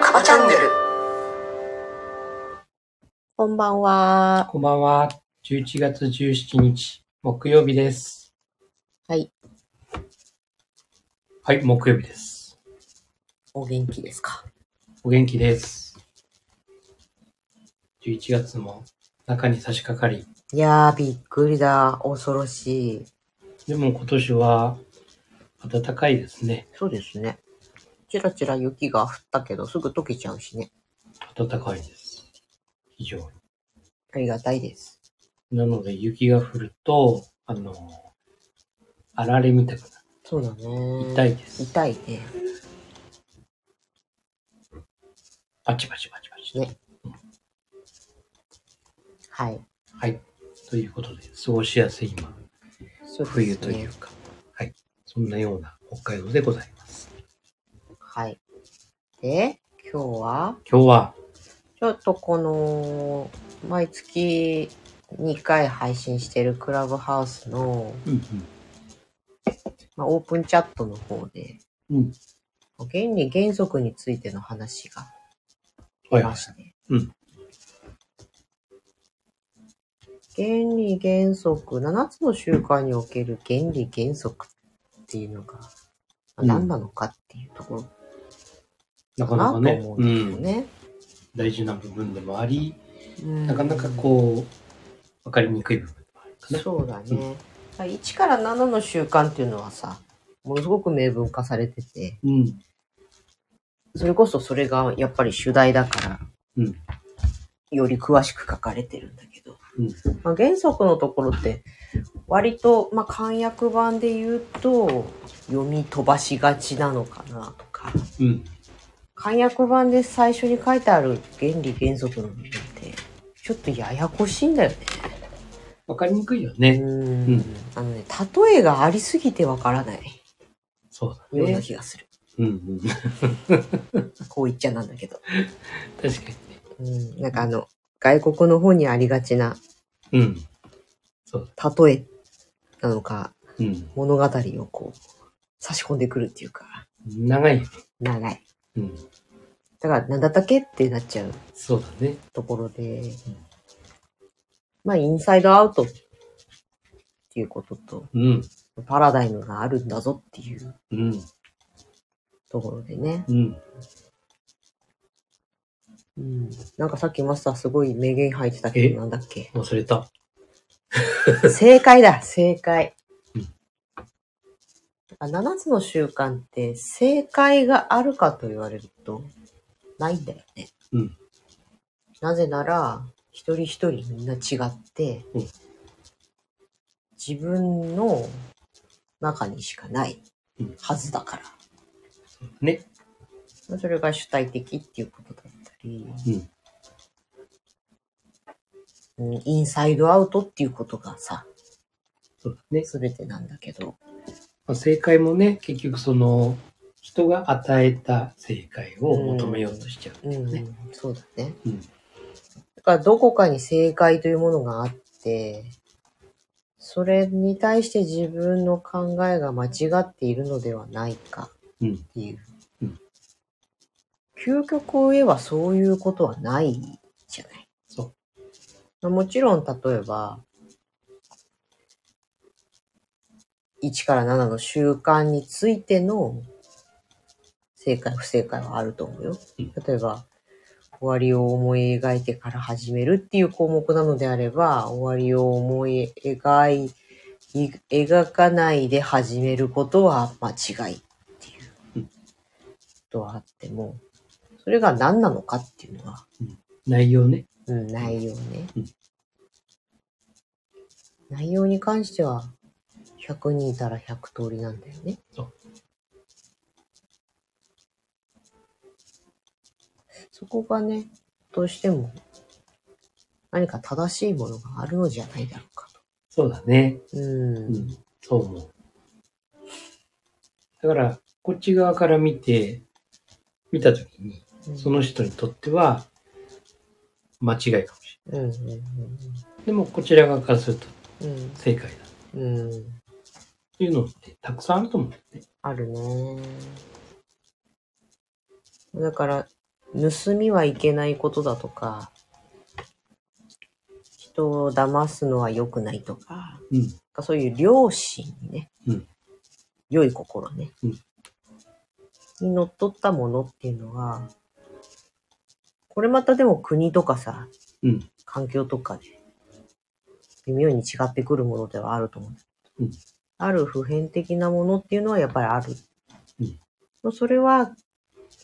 カバチャンネル。こんばんは。こんばんは。11月17日、木曜日です。はい。はい、木曜日です。お元気ですかお元気です。11月も中に差し掛かり、いやー、びっくりだ。恐ろしい。でも今年は暖かいですね。そうですね。ちらちら雪が降ったけど、すぐ溶けちゃうしね。暖かいです。非常に。ありがたいです。なので雪が降ると、あの、あられみたくなそうだね。る。痛いです。痛いね。バチバチバチバチ。ねはい。はい。ということで、過ごしやすい今、そうですね冬というか、はい。そんなような北海道でございます。はい。で、今日は、今日は、ちょっとこの、毎月2回配信してるクラブハウスの、うんまあ、オープンチャットの方で、うん。うん。原理原則についての話がはいいはいま。して。うん原理原則、7つの習慣における原理原則っていうのが、まあうん何なのかっていうところなかかななとかね思ううんですよん、ね。大事な部分でもあり、うんなかなかこう、わかりにくい部分でもあるかな。そうだね。1から7の習慣っていうのはさ、ものすごく明文化されてて、うん。それこそそれがやっぱり主題だから、うん。より詳しく書かれてるんだけど、うん。まあ、原則のところって割と、まあ、簡約版で言うと読み飛ばしがちなのかなとかうん。簡約版で最初に書いてある原理原則の部分ってちょっとややこしいんだよね。わかりにくいようね。んうんあのね例えがありすぎてわからないそうだようなね。気がする。うんうん。確こう言っちゃなんだけど。かうん、なんかあの外国の方にありがちなにね。うん。そう例えなのかだ。うん。物語をこう差し込んでくるっていうか長いよね。長い。うん。だからなんだったっけってなっちゃう。そうだね。ところで、まあ、インサイドアウトっていうことと、うん。パラダイムがあるんだぞっていううん。ところでね。うん。うん。なんかさっきマスターすごい名言入ってたけえど、なんだっけ忘れた。正解 だ正解うん。 7つの習慣って正解があるかと言われるとないんだよね。うん。なぜなら、一人一人みんな違って、うん自分の中にしかないうんはずだから。ね。まあそれが主体的っていうことだったり、うん。うんインサイドアウトっていうことがさ、そうだね。全てなんだけど、まあ、正解もね、結局その、人が与えた正解を求めようとしちゃう。うん、ねそうだね。うん。だからどこかに正解というものがあって、それに対して自分の考えが間違っているのではないかうん。っていう。うん究極を言えばそういうことはないじゃない。そう。まあもちろん、例えば、1から7の習慣についての正解、不正解はあると思うよ。うん例えば、終わりを思い描いてから始めるっていう項目なのであれば、終わりを思い描い、い描かないで始めることは間違いっていうことはあっても、それが何なのかっていうのは、内容ね。うん、内容ね。うん内容に関しては、100人いたら100通りなんだよね。そうそこがね、どうしても、何か正しいものがあるのじゃないだろうかと。そうだね。うん。うん。そう思う。だから、こっち側から見て、見たときに、その人にとっては、間違いかもしれない。うんうんでも、こちら側からするとうん正解だ。うんうんというのってたくさんあると思うんだよね。あるね。だから、盗みはいけないことだとか、人を騙すのは良くないとか、うん。そういう良心ね、うん良い心ね、うんにのっとったものっていうのは、これまたでも国とかさ、うん。環境とかで、微妙に違ってくるものではあると思う。うんある普遍的なものっていうのはやっぱりある。うんまあそれは、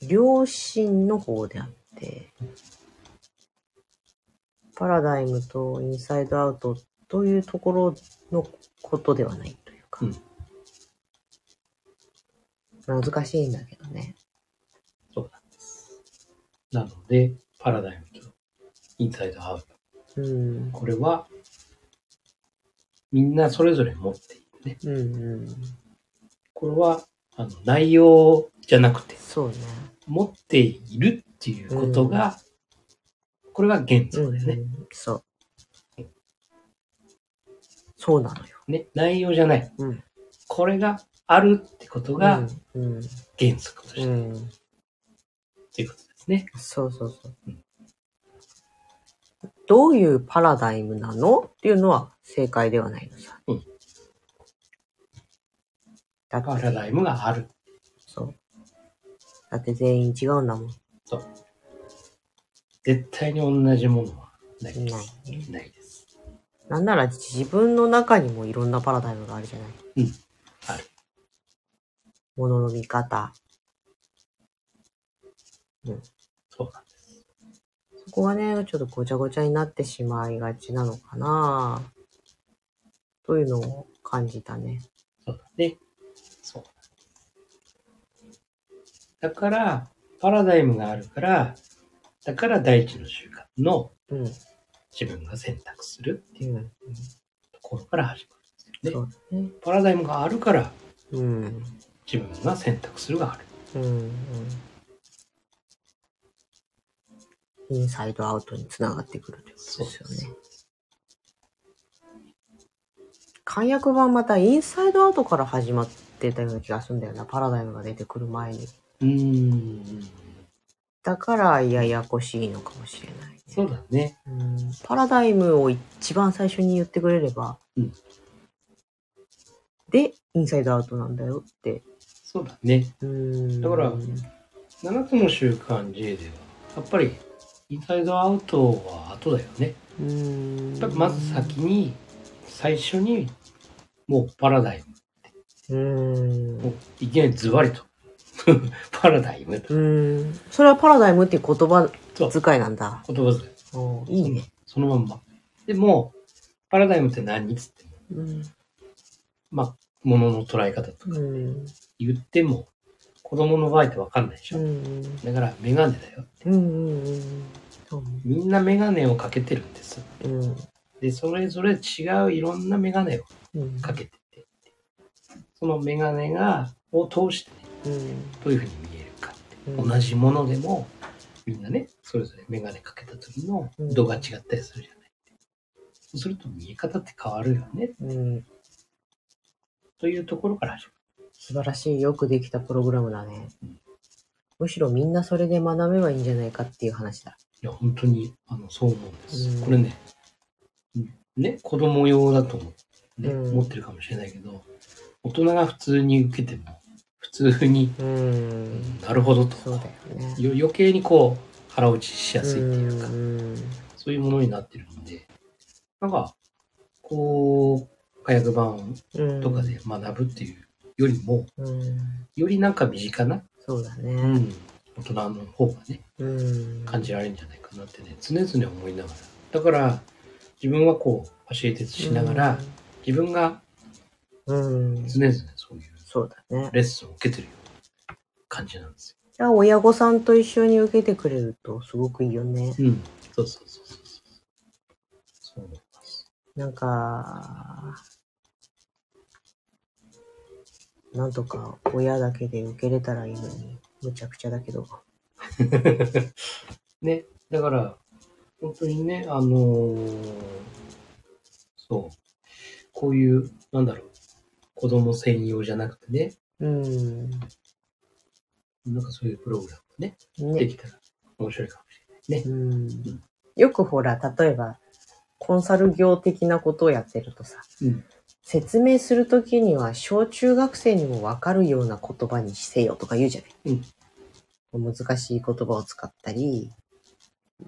良心の方であって、パラダイムとインサイドアウトというところのことではないというか、難しいんだけどね。そうなんです。なので、パラダイムとインサイドアウト。うん。これは、みんなそれぞれ持っているね。うんうん。これは、あの、内容じゃなくて、そうね。持っているっていうことが、これが現像だよね。んんそう。そうなのよ。ね。内容じゃない。うんこれがあるってことがうん、うん原則として、うん、ということですね。そうそうそう。どういうパラダイムなのっていうのは正解ではないのさ。うんだってパラダイムがある。そう。だって全員違うんだもん。絶対に同じものはないです。ないねないです。なんなら自分の中にもいろんなパラダイムがあるじゃない。うんあるものの見方。そうなんです。そこがね、ちょっとごちゃごちゃになってしまいがちなのかなというのを感じたね。そうだね。そうなんです。だから、パラダイムがあるから、だから第一の習慣のうん。自分が選択するっていううん。ところから始まるんですそようね。だね。パラダイムがあるから、うん。自分が選択するがある。うんうん。インサイドアウトにつながってくるということですよそうね。簡約版またインサイドアウトから始まってたような気がするんだよな。パラダイムが出てくる前に。うーん。だからややこしいのかもしれない、そうだね。うんパラダイムを一番最初に言ってくれれば、うんで、インサイドアウトなんだよって。そうだね。うんだから7つの習慣 J では、やっぱり、インサイドアウトは後だよね。うんやっぱまず先に最初にもうパラダイうームもん。ういきなりズバリと パラダイムとうーん。それはパラダイムっていう言葉そう遣いなんだ。言葉遣いおいいね。そのまんまでもパラダイムって何っつってもうん。まあものの捉え方とかうん。言っても子供の場合って分かんないでしうょ、ん。だからメガネだようん。うんうん。そうねみんなメガネをかけてるんですうん。でそれぞれ違ういろんなメガネをうん。かけててそのメガネがを通してねうん。どういうふうに見えるかうん同。じものでもみんなねそれぞれ眼鏡かけた時の度が違ったりするじゃない、そうすると見え方って変わるよねうん。というところから始素晴らしい。よくできたプログラムだね。むしろみんなそれで学べばいいんじゃないかっていう話だ。まるいや本当にあのそう思うんです、うんこれねうんね子供用だと思う、ねうん思ってるかもしれないけど大人が普通に受けても普通に、うん。なるほどとそうだよね。よ余計にこう腹落ちしやすいっていうか、うん。そういうものになってるんでなんかこう火薬版うん。とかで学ぶっていうよりも、うん。よりなんか身近な、そうだうね。ん、大人の方がね、うん。感じられるんじゃないかなってね、常々思いながら。だから、自分はこう、ファシリテートしながら、自分がうん。うん。常々そういうそうだね。レッスンを受けてるような感じなんですじゃあ親御さんと一緒に受けてくれるとすごくいいよね。よ。うん。そうそうそうそうそう。そう思います。なんか、なんとか親だけで受けれたらいいのに、むちゃくちゃだけど。 ね、だから、本当にね、あのーそう、こういう、なんだろう、子供専用じゃなくてね、うん。なんかそういうプログラムね、でね。きたら面白いかもしうん。よくほら、例えば、コンサル業的なことをやってるとさ、れない。うん。説明するときには小中学生にもわかるような言葉にせよとか言うじゃない、うん、難しい言葉を使ったり、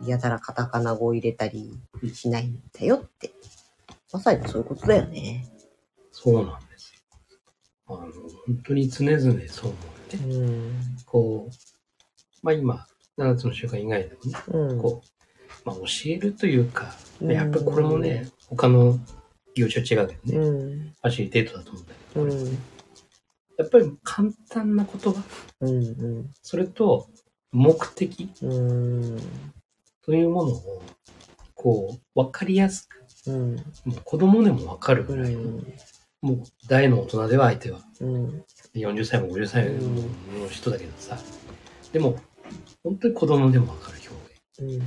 やたらカタカナ語を入れたりしないんだよって。まさにそういうことだよね。そうなんですよ。あの、本当に常々そう思うよね。うん。こう、まあ今、7つの習慣以外でもね、うん。こう、まあ教えるというか、うんやっぱりこれもね、他の業種は違うけどね、うん。ファシリテートだと思うんだけうど、ん。やっぱり簡単な言葉、うん。それと目的うん。というものを、こう、わかりやすく、うん。もう子供でもわかるうぐらいの、ん。もう大の大人では相手は、うん。 40歳も50歳の人だけどさ、でも、本当に子供でもわかる表現。うん。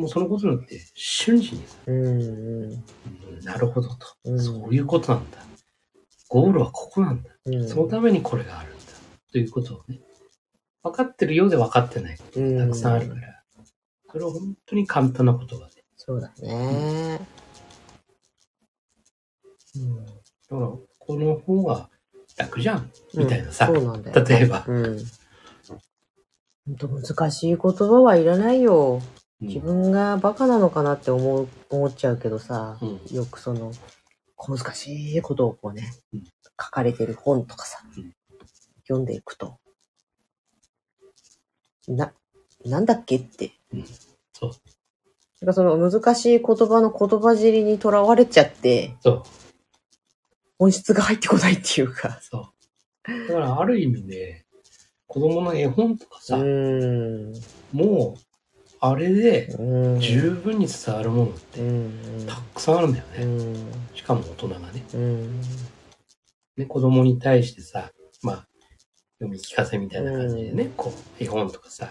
もうそのことによって瞬時にさ、うん。うんなるほどと、うんそういうことなんだ。ゴールはここなんだ。うん。そのためにこれがあるんだ。ということをね、分かってるようで分かってないことがたくさんあるから、それを本当に簡単な言葉で。そうだね。だから、この方が楽じゃん、みたいなさうん、、そうなんだよ。例えば、うん。ほんと難しい言葉はいらないよ。うん自分がバカなのかなって思う、思っちゃうけどさう、んよくその、小難しいことをこうねうん、書かれてる本とかさうん、読んでいくと、な、なんだっけって。そう、なんかその難しい言葉の言葉尻にとらわれちゃって、そう、本質が入ってこないっていうか。そう。だから、ある意味ね、子供の絵本とかうさ、ーん。もう、あれでうん。十分に伝わるものっうてん。たくさんあるんだようね。ん。しかも大人がね。うん。ね、子供に対してさ、まあ、読み聞かせみたいな感じでね、こう、絵本とかさ、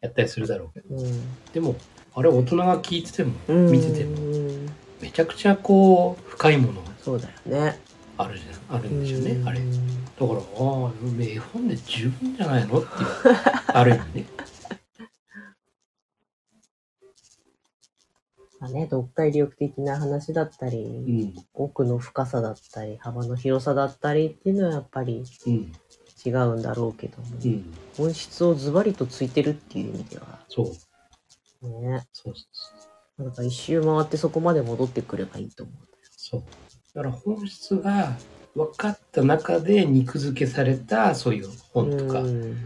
やったりするだろうけど、うでも、あれ大人が聞いてても、ん。見てても、も。めちゃくちゃこう、深いものがそうだよね。あるじゃん、あるんでしょうね、あれ。だうから、ああ、絵本で十分じゃないのっていう、ある意味 ね。ん。ね、読解力的な話だったり、うん、奥の深さだったり、幅の広さだったりっていうのはやっぱりうん、違うんだろうけども、うん、本質をズバリとついてるっていう意味では、そう、ね、そうそうなんか一周回ってそこまで戻ってくればいいと思う。そう。だから本質が分かった中で肉付けされた、そういう本とかうん。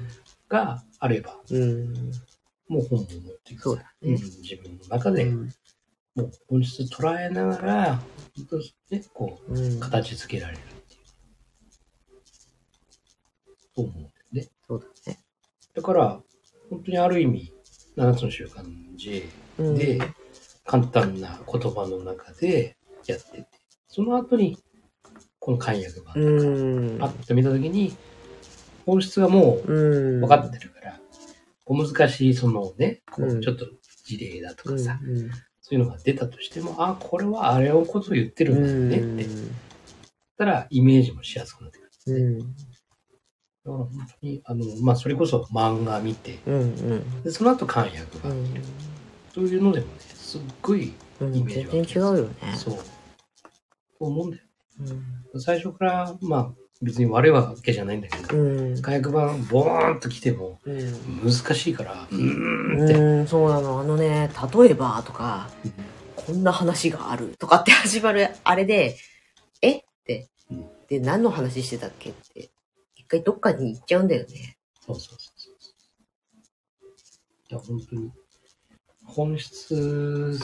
があれば、うん。もう本物っていうかさそうだうん、ね自分の中でうんもう本質捉えながら、本当にね、こうんう、。形付けられるっていう。と思うんだよね。そうだね。だから、本当にある意味、7つの習慣の J うんで、簡単な言葉の中でやってて、その後に、この簡約版うとん。か、パッと見たときに、本質がもううん。分かってるから、こう難しい、そのね、こううんちょっと事例だとうかんさ、そういうのが出たとしても、あ、これはあれをことを言ってるんだよねって。たら、イメージもしやすくなってくる。うん。うん。だから本当に、あの、まあ、それこそ漫画見て、うんで、その後観薬が、そういうのでもね、すっごい、うん、イ全メージは然違うよね。そう、と思うんだよ。う最初から、まあ、別に悪いわけじゃないんだけど、ん。観薬版、ボーンと来ても、うん。難しいから、うーんって、うん、そうなの。あのね、例えばとか、こんな話があるとかって始まるあれで、えってうん、で、何の話してたっけって、一回どっかに行っちゃうんだよね。そうそうそうそう。いや、本当に、本質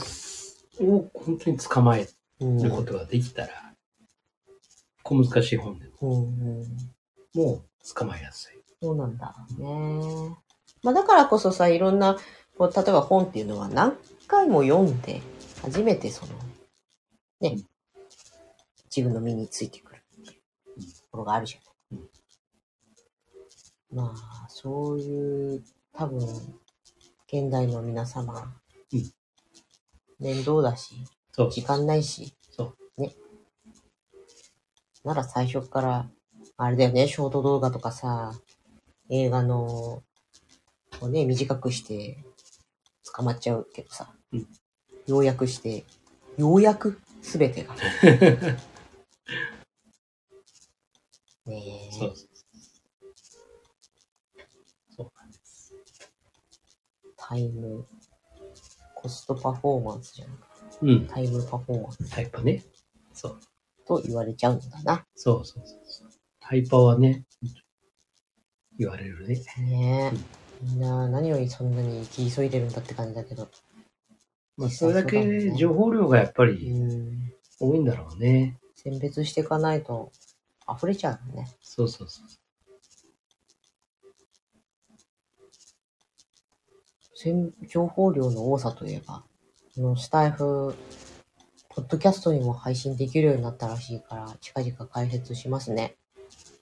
を本当に捕まえうんることができたら、小難しい本でうん、も捕まえやすい。そうなんだね。まあだからこそさ、いろんな、こう例えば本っていうのは何回も読んで、初めてその、ね、自分の身についてくるっていうところがあるじゃない。まあ、そういう、多分、現代の皆様、うん面倒だし、そう時間ないし。。そうね。なら最初から、あれだよね、ショート動画とかさ、映画の、をね、短くして、捕まっちゃうけどさ、うんようやくして、ようやくすべて が。ねえ。そうそうタイム、コストパフォーマンスじゃん。そう。うん。タイムパフォーマンスタイパね。そう。と言われちゃうんだな。そうそうそうそう。タイパはね、言われるね。ねえ。みんな何をそんなに生き急いでるんだって感じだけど。まあ、それだそうだけね情報量がやっぱうりん。多いんだろうね。選別していかないと溢れちゃうよね。そうそうそう。選情報量の多さといえば、このスタイフ、ポッドキャストにも配信できるようになったらしいから、近々解説しますね。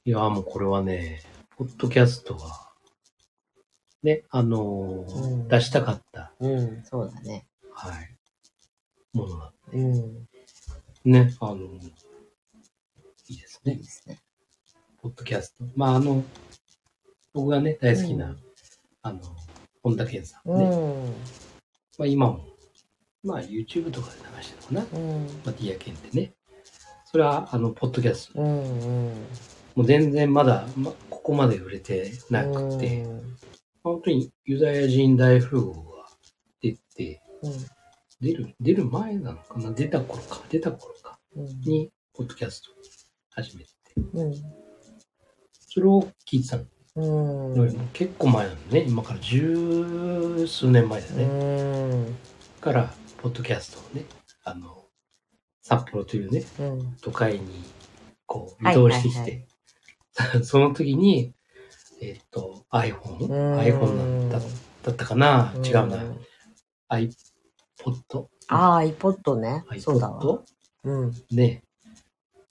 いや、もうこれはね、ポッドキャストは、ね、あのーうん出したかった、うん、そうだね。はい、ものが、うん、ね、あのーいいですいいね、ですね。ポッドキャスト。まあ、あの、僕がね、大好きな、うんあの、本田健さんうね、ん、まあ今も、まあ YouTube とかで流してるのかな、うん、まあ、ディア健ってね。それは、あの、ポッドキャスト。うん、うん。もう全然まだ、ま、ここまで売れてなくて、うん本当にユダヤ人大富豪が出て、う出る、出る前なのかな出た頃か、出た頃かん、うんに、ポッドキャストを始めて、うん。それを聞いてたの。うん。結構前なのね、今から十数年前だね。うん。から、ポッドキャストをね、あの、札幌というね、うん。都会に、こう、はいはい移動はいしてきて、 その時に、えっと、iPhone、ん iPhone だっただったかな、違うな、ん iPod、ああ、iPod ね。そうだわ。 iPod うん。ね、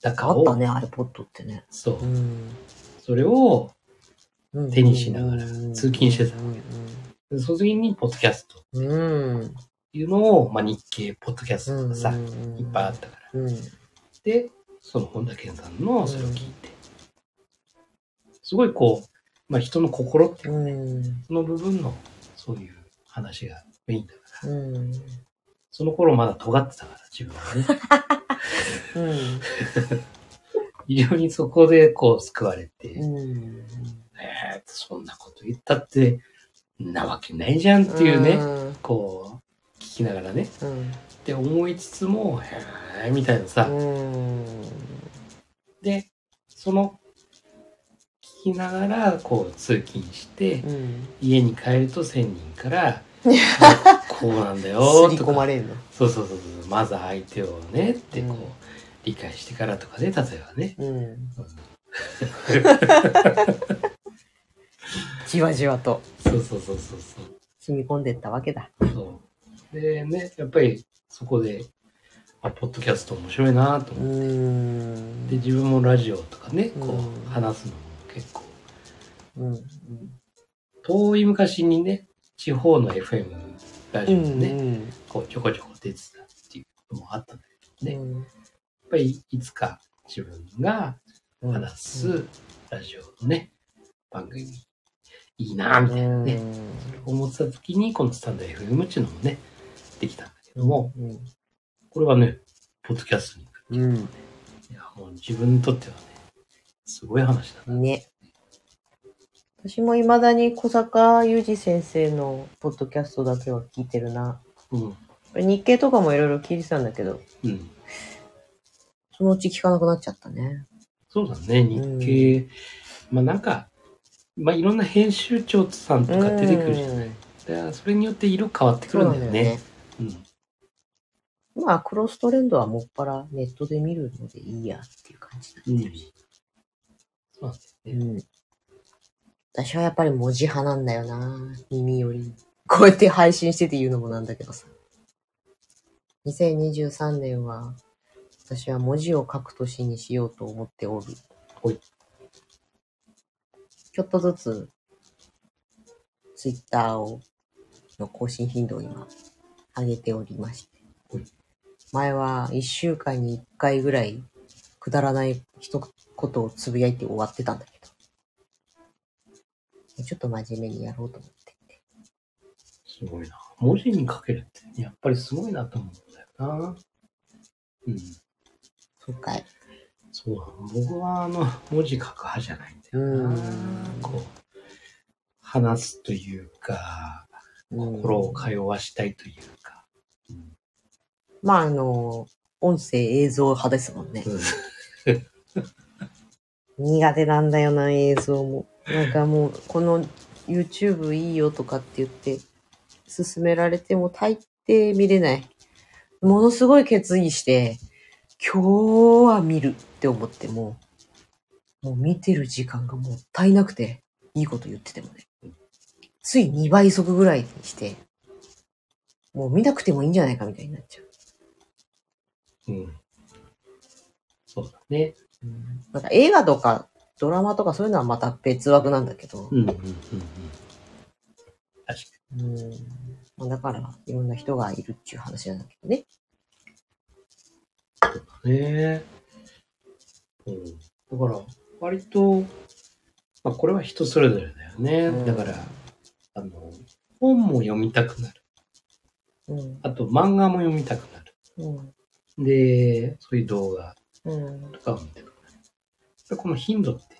だかあをったね、iPod ってね。そうう、ん。それを、うん手にしながら通勤してた。うんその時に、ポッドキャストっうんうん。うん。ていうのを、まあ、日経ポッドキャストとかさ、うんうんうんいっぱいあったから。うん。で、その本田健さんのそれを聞いて、すごいこう、まあ、人の心っていううかね、ん。その部分の、そういう話がメインだから、うん。その頃まだ尖ってたから、自分はうね。ん。非常にそこでこう救われて、うん。えーってそんなこと言ったって、んなわけないじゃんっていうね、うんこう、聞きながらね、うん。って思いつつも、へーみたいなさ、うん。で、その、聞きながら、こう、通勤して、うん。家に帰ると1000人 から、こうなんだよすりと込まか、れるの。そうそうそうそう、まず相手をね、ってこう、うん理解してからとかで、例えばね、うん。うんじわじわとそうそうそうそうそう。染み込んでったわけだ。そう。でね、やっぱりそこで、あ、ポッドキャスト面白いなとう思って、ん。で、自分もラジオとかね、こうんう、話すのも結構、うん。遠い昔にね、地方の FM ラうジオでん。ね、うん。こう、ちょこちょこ出てたっていうこともあったんだけどね、うやっんぱりいつか自分が話すラジオのね、番組、いいなみたいなね、思ってた時に、このスタンド FM っていうのもね、できたんだけども、これはね、ポッドキャストに。うん。いや、もう自分にとってはね、すごい話だな。ね。私も未だに小坂雄二先生のポッドキャストだけは聞いてるな。うん。日経とかもいろいろ聞いてたんだけど、うん。そのうち聞かなくなっちゃったね。そうだね、日経。まあなんか、まあいろんな編集長さんとか出てくるじゃない。だからそれによって色変わってくそうるなんんだだよよねね。。うん。まあ、クロストレンドはもっぱらネットで見るのでいいやっていう感じうにんなってるし。そうなんですね。うん。私はやっぱり文字派なんだよな耳より。こうやって配信してて言うのもなんだけどさ。2023年は、私は文字を書く年にしようと思っておる。ほいちょっとずつ、ツイッターを、の更新頻度を今、上げておりまして。うん前は一週間に一回ぐらいくだらない一言をつぶやいて終わってたんだけど。ちょっと真面目にやろうと思って。すごいな。文字に書けるって、やっぱりすごいなと思うんだよな。うん。そうかい。そうなの。僕は、あの、文字書く派じゃないんだよな。うんこう、話すというか、心を通わしたいというか。まあ、あの、音声映像派ですもんね。苦手なんだよな、映像も。なんかもう、この YouTube いいよとかって言って、勧められても大抵見れない。ものすごい決意して、今日は見るって思っても、もう見てる時間がもったいなくて、いいこと言っててもね。つい2倍速ぐらいにして、もう見なくてもいいんじゃないかみたいになっちゃう。うん。そうだね。なんか映画とかドラマとかそういうのはまた別枠なんだけど、うんうんうんうん。確かうんまあ、だからいろんな人がいるっていう話なんだけどね。にね。うん。だから、割と、まあ、これは人それぞれだよね。うんだから、あの、本も読みたくなる。うん。あと、漫画も読みたくなる。うん。で、そういう動画うんとかを見てくれる。この頻度って、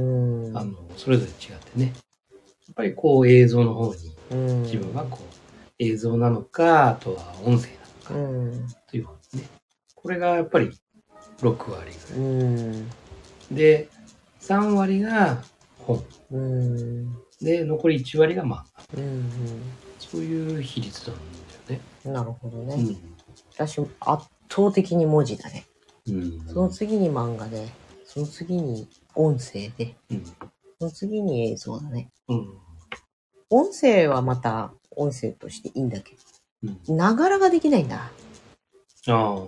うん。あの、それぞれ違ってね。やっぱりこう映像の方に、うん。自分はこう、映像なのか、あとは音声うなのか、ん。ということね。これがやっぱり6割ぐらうん。い。で、3割が本。うん。で、残り1割がまあ、うん。そういう比率なんだよね。なるほどね。う私、圧倒的に文字だね。ん。うん。その次に漫画で、その次に音声で、うん。その次に映像だね。うん。音声はまた音声としていいんだけうん。ど、ながらができないんだ。ああ。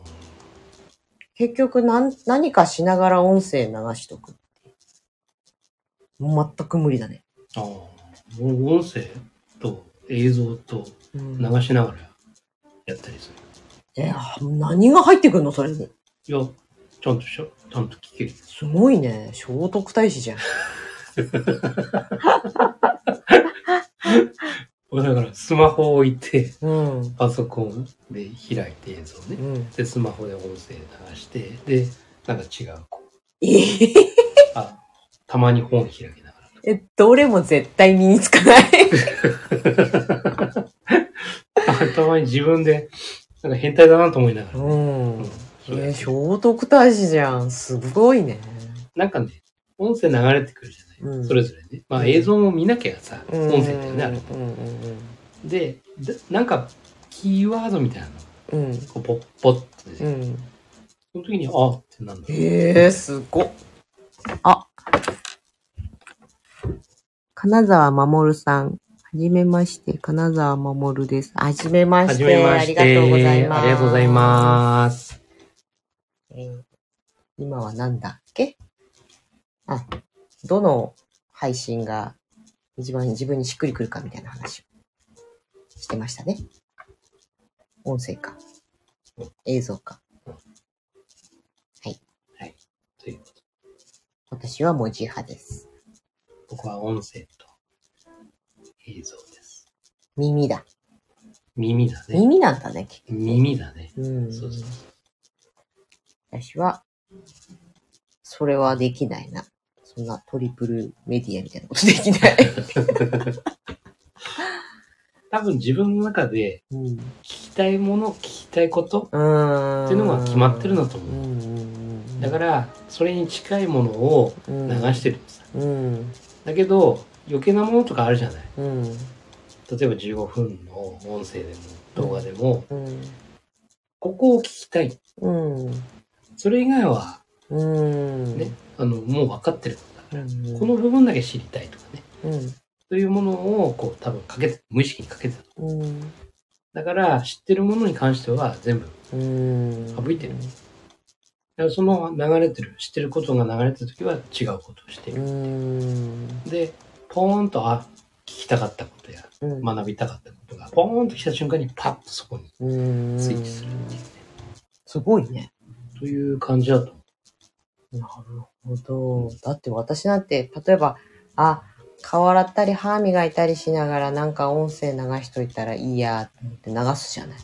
結局何何かしながら音声流しとくっていう全く無理だね。ああ、もう音声と映像と流しながらやったりすいや、何が入ってくんのそれに。る。いや、ちゃんとしょ、ちゃんと聞ける。すごいね。聖徳太子じゃん。俺だからスマホを置いて、うん。パソコンで開いて映像うね。ん。で、スマホで音声流して、で、なんか違う、こうえあ、たまに本開きながら。 え、どれも絶対身につかない。 たまに自分で、なんか変態だなと思いながら。ううんん。それえ、聖徳太子じゃん。すごいね。なんかね、音声流れてくるじゃない、うんそれぞれね。まあ映像も見なきゃさ、うん音声だよね、あれ。うんうんで、でなんか、キーワードみたいなのうん。うん。こうポッポッと出て、うん。その時に、あってなんだろう。えー、すごっ。あ。金沢守さん。はじめまして、金沢守です。はじめまはしじて。めまして。ありがとうございます。ありがとうございます。えー今はなんだっけあ、どの配信が一番自分にしっくりくるかみたいな話をしてましたね。音声か。映像か。ということで私は文字派です。僕は音声と映像です。耳だ。耳だね。耳なんだね、結局。耳だね。うん。そうそう私は、それはできないな。そんなトリプルメディアみたいなことできない。多分自分の中でうん。う聞きたいもの、聞きたいことーん。っていうのが決まってるんだとうん思う。うんうん。だから、それに近いものをうん、流流してるんです。うん。だけど、余計なものとかあるじゃないうん。例えば15分の音声でも動画でも、うん。ここを聞きたい。うん。それ以外は、うん。ね、あの、もう分かってることだかうら、ん。この部分だけ知りたいとかね。うん。というものを、こう、多分かけて、無意識にかけてた。うん。だから、知ってるものに関しては全部。うん。省いてるだからその流れてる、知ってることが流れてるときは違うことをしていうる。ん。で、ポーンと、あ、聞ききたかったことや、うん学びたかったことが、ポーンと来た瞬間にパッとそこにうんスイッチするっていうね。すごいね。という感じだと思なるほど。だって私なんて、例えば、あ、顔洗ったり歯磨いたりしながらなんか音声流しといたらいいやって流すじゃない。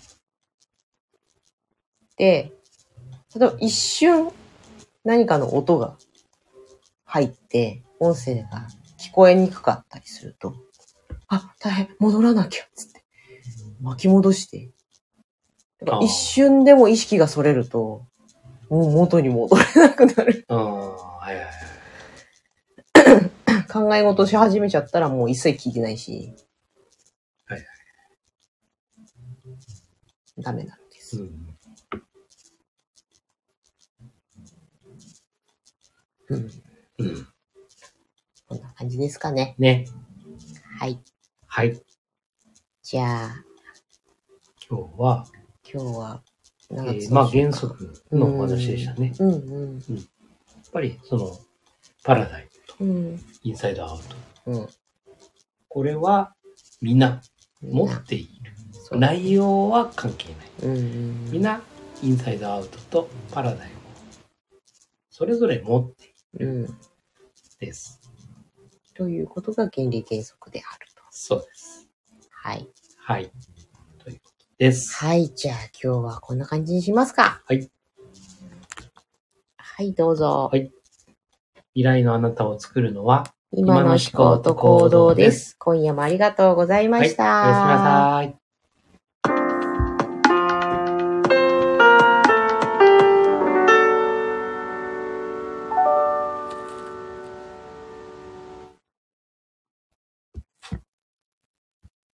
で、例えば一瞬何かの音が入って、音声が聞こえにくかったりすると、あ、大変、戻らなきゃ、つって。巻き戻して。だから一瞬でも意識がそれると、もう元に戻れなくなる。う。ああー、はいはいはい。考え事し始めちゃったらもう一切聞いてないし。はいはいダメなんです。うん、うん。うん。こんな感じですかね。ね。はい。はい。じゃあ、今日は、今日はえ長ーまあ原則則のお話でしたね。やうんうん。っぱり、その、パラダイムと、うん。インサイドアウト。うん。これは、みんなみ持んなっている。そう内容は関係ない。うんうん。みんな、インサイドアウトとパラダイムを、それぞれ持っていうん。るです。ということが原理原則であると。そうです。はい。はい。ということです。はい。じゃあ今日はこんな感じにしますか。はい。はい、どうぞ。はい未来のあなたを作るのは、今の思考と行動です。今夜もありがとうございまはい。しおやすみた。なさい。